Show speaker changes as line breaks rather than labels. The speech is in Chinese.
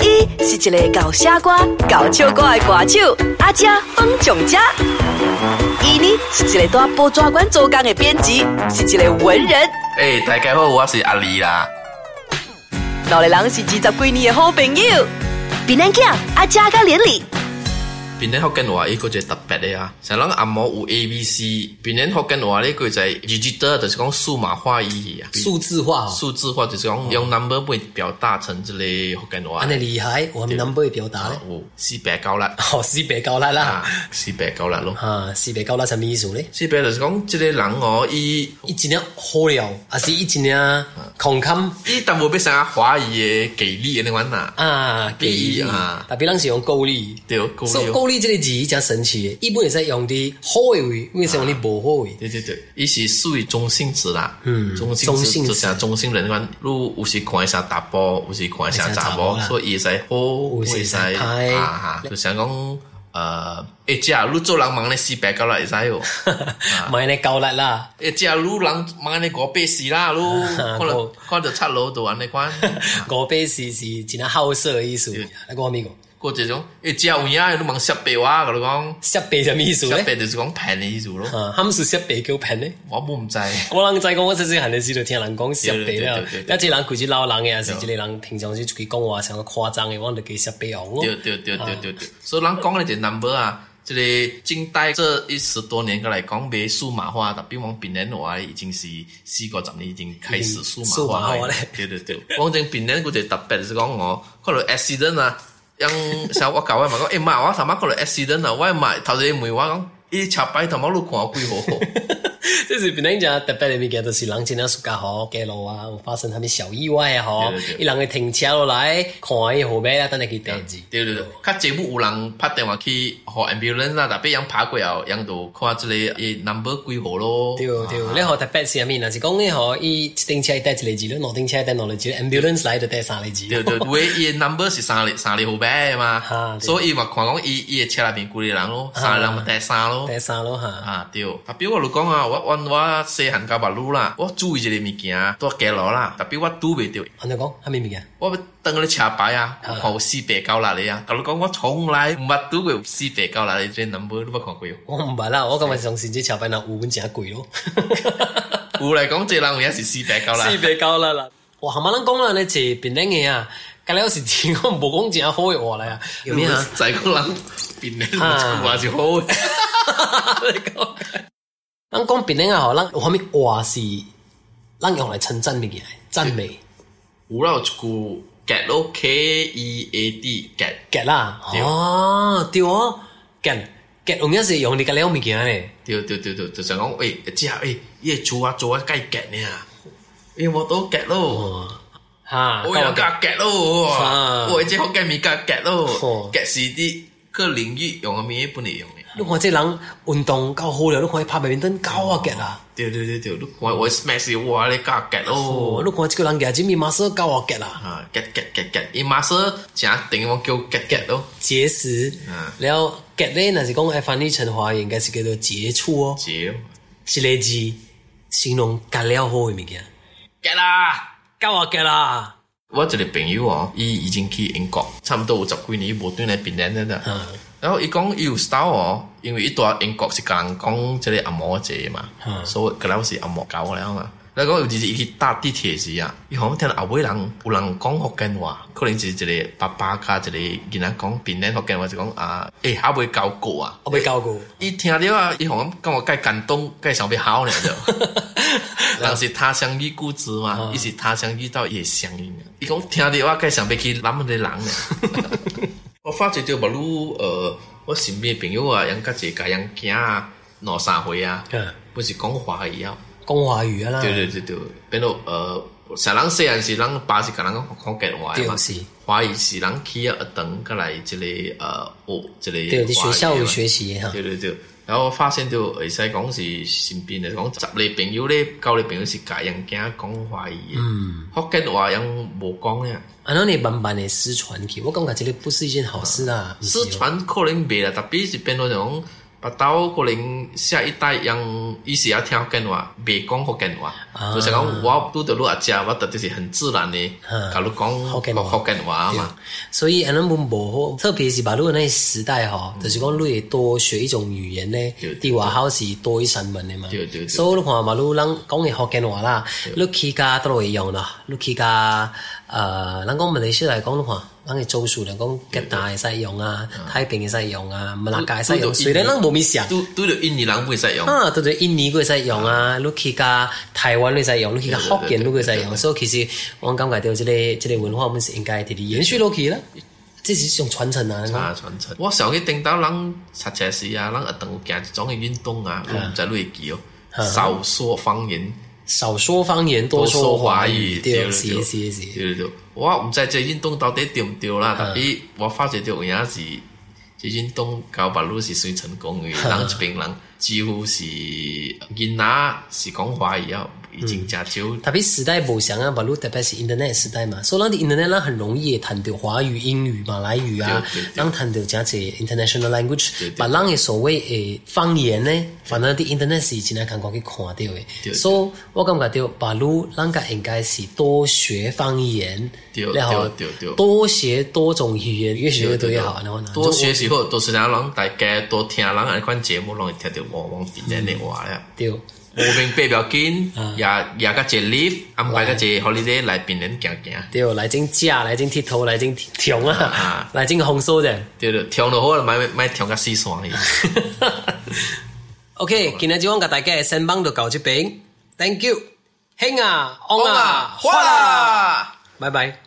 伊是一个搞写歌、搞笑歌的歌手，阿姐方强家。伊呢是一个在报纸馆做工的编辑，是一个文人。
诶、大家好，我是阿丽啦。
两个人是二十几年的好朋友。槟榔囝阿姐甲连理，
槟榔福建话伊个就特别的啊，像咱阿毛有 A B C，槟榔福建话呢个就係 digital，就是讲数码化意义啊，
数字化哦，
数字化就是讲用 number 会表达成这类福建话
安。尼厉害，我们 number 表达咧，
有四百九 啦，
哦，四百九啦
啊
啦，，
四百九啦咯。
啊，四百九啦，什么意思咧？
四百就是讲这个人哦，伊
一斤啊好料，还是一斤啊空空
伊淡薄要啥华语的给力的那款啦，
啊，
比啊
特别咱是用高利。
对，鼓
所以
励。
高利这个字真神奇的，一般会使用伫好的位，为什么你无好的位？
对对对，伊是属于中性词啦，
嗯
中性
中
词
性
就
词
像中性人款，你有时看一下查甫，有时看一下
看一下
查
查
某
甫，啦
所以伊会使好，
有时
会使
会使歹
啊哈，就像讲呃，一只你做人忙咧四百九啦，会使哦，
买那高力啦，
一只你人忙咧五百四啦，你看
我
到看到七楼就安尼款，
五百四是真啊好色的意思。你讲咪讲？
过一种一只有影的你忙十八哇，我讲
设备什么意思
十
咧？
八就是讲便宜思咯，
啊，他们是设备叫骗咧。
我冇唔知。
我人在讲，我细细汉的时就听人讲设备了
对对对对，对
那这人规矩老人的，也是这个人平常时嘴讲话上个夸张的，我就给设备用咯。
对对对对对
啊
对，所以咱讲的这 number 啊，这个近代这一十多年过来讲，被数码化，特别往槟榔话已经是四个十年已经开始数
数
码
码
化
化
了
哦嘞。
对对对，反正槟榔我就特别是讲我，可能 accident 啊，像像我教我嘛讲，诶妈，我他妈可能 accident 啊，我妈头先问我讲，伊车牌他妈路看我几 好，
这是本来讲特别的物件，就是人真正暑假好，街路啊，有发生什么小意外啊，吼
对对，对
伊人会停车落来，看伊后尾啊，等下去地址。
对对对，较节目有人拍电话去和 ambulance 啊，特别人拍过后，人就看这个伊 number 几号咯。
对对，你好特别是啥物？啊若是讲你吼，伊一顶车带一个字，你两顶车带两个字，ambulance 来就带三个字。
对 对，喂，伊的 number 是三里三里后摆的嘛，
啊对啊
所以嘛看讲伊伊的车内面几个人咯，三个人咪带三咯。
带三咯哈。
啊对，特别我就讲啊，我我我细汉到白路啦，我注意一个物件，啊都记落啦，特别我拄袂着，
安尼讲，啥物物件？
我等咧车牌啊，看有四百九啦你啊，甲你讲我从来毋捌拄过有四百九啦你这 number 你捌看过无？
我毋捌啦，我感觉上次这车牌若有阮真 贵咯。
有来讲这人有影是四百九啦，
四百九啦啦。哇，含咱讲啦，你坐便冷的啊，隔了是真我无讲真好嘅话来啊，有咩啊？？
在讲人变咧，话是好的。
你讲，咱讲便冷啊，吼，咱有啥物话是咱用来称赞物件的，赞美
有啦有一句 get 咯，K E A D get。
get 啦，
对
哦，对哦，get get 用嘅是用你隔了物件咧，
对对对对，就想讲，诶、欸，即下诶，伊个做啊做啊，该夹呢，诶，我都夹咯，
哦哈，
我又夹夹咯，
啊
我即好夹咪夹夹咯
哦，
夹是啲个领域用啊，咪不能用的。
你看这人运动够好了，你看伊拍白面灯够啊 get 啦。
对对对对，你看我 smash 哇，你夹夹咯，
哦，你看这个人牙齿面马上够啊 get 啦。
啊，夹夹夹夹，伊马上正定我叫夹夹咯，
结石
嗯，
然后结咧，若是哎讲爱翻译成华语，应该是叫做结束哦，
姐，
一个字形容结了好的物件，
夹啦。
够啊结啦，
我一个朋友哦，伊已經去英國，差唔多有十幾年無轉來平安真的。然後伊講伊有 style 哦，因為伊住英國是甲人講即個阿嬷姐嘛，
嗯
所以佢老是阿嬷教我了嘛。然後講有一日伊去搭地鐵時啊，伊好像聽到後尾人有人講福建話，可能是一個爸爸加一個囡仔講平安福建話，就講啊，誒還未教過啊。
我未教过，
伊聽了啊，伊好像感覺介感動，介想要哭了就。人是他乡遇故知嘛，伊、是他乡遇到也相应啊。伊讲听着我介想要去南门的人呢。 我发觉着无路呃，我身边的朋友啊，人家一家人囝啊，两三岁啊，
嗯，
不是讲华语啊。
讲华语啊啦，
对对对对，变做呃，像咱虽然是咱爸是甲咱讲讲广话的嘛
对，是
华语是咱去啊等过来这里呃学这里。
对，在学校有学习哈，
啊对对对，然后發現到會使講是身邊嚟講，十個朋友咧，九個朋友是家人驚講華語嘅，
嗯，
福建話人冇講咧，
安啊那你慢慢的失传去，我感觉这个不是一件好事啦，
失
不是哦，
傳可能未啦，特別是變到就講。把到可能下一代yang 一时要听跟话，别讲福建话，
啊
就是讲我拄到你阿姐，我特就是很自然的，
嗯
假如讲
福建话
福建话嘛，
所以安尼文无好，特别是把如果那时代吼，就是讲你会多学一种语言咧
嗯对，
对外口是多一身份的嘛。
对对对
所以你看嘛，如果人讲嘅福建話啦，你去家都會用啦，你去家呃，咱講馬來西亞嚟講，你看，咱嘅做數嚟講，吉打嘅使用啊，太平嘅使用啊，馬拉加嘅使用，雖然咱冇咩事啊。
拄拄到印尼人不会使用，
啊，對對，印尼佢使用啊，你去家台灣佢使用，你去家福建佢使用，所以其實我感覺到即個即個文化，我們是應該啲啲延續落去啦。即是一種傳承啊！
啊，傳承。我上去定到人擦車時啊，人學堂有行一種嘅運動啊，我唔知你會記哦。少說方言，
少说方言，啊多
多
说
說
华
華
语，
語。
对，
對
是
對
是是，啊
對對對我唔知這運動到底對唔對啦，但係我發覺到有影是，這運動搞白路是算成功嘅，
啊
人一邊人幾乎是囡仔是講華語啊，已經真少。
特别时代不相啊，不如特别是 Internet 时代嘛，所以咱的 Internet 咱很容易谈到华语、英语、马来语啊
对对对，
咱谈到这些 international language，
对对
把咱的所谓诶方言呢，反正啲 Internet 是真系感觉去看到
对
的，所以我感觉到，不如咱个应该是多学方言
对，
然后
对对对
多学多种语言，越学越多越好，然后呢
多學時候，多時間人大家多聽人安款節目，人會聽到我往邊仔嘅話啦。
对。
無名白表緊，也也甲一 lift 安排甲一 holiday 來邊人行行，
对，来整食，来整剃头，来整跳啊
啊，
来整红烧者。
對對，跳就好啦，莫莫跳甲四散去。
OK，今日就我甲大家嘅新榜就到这边，Thank you，兄啊，翁啊，花
花
啦，
啦！
拜拜。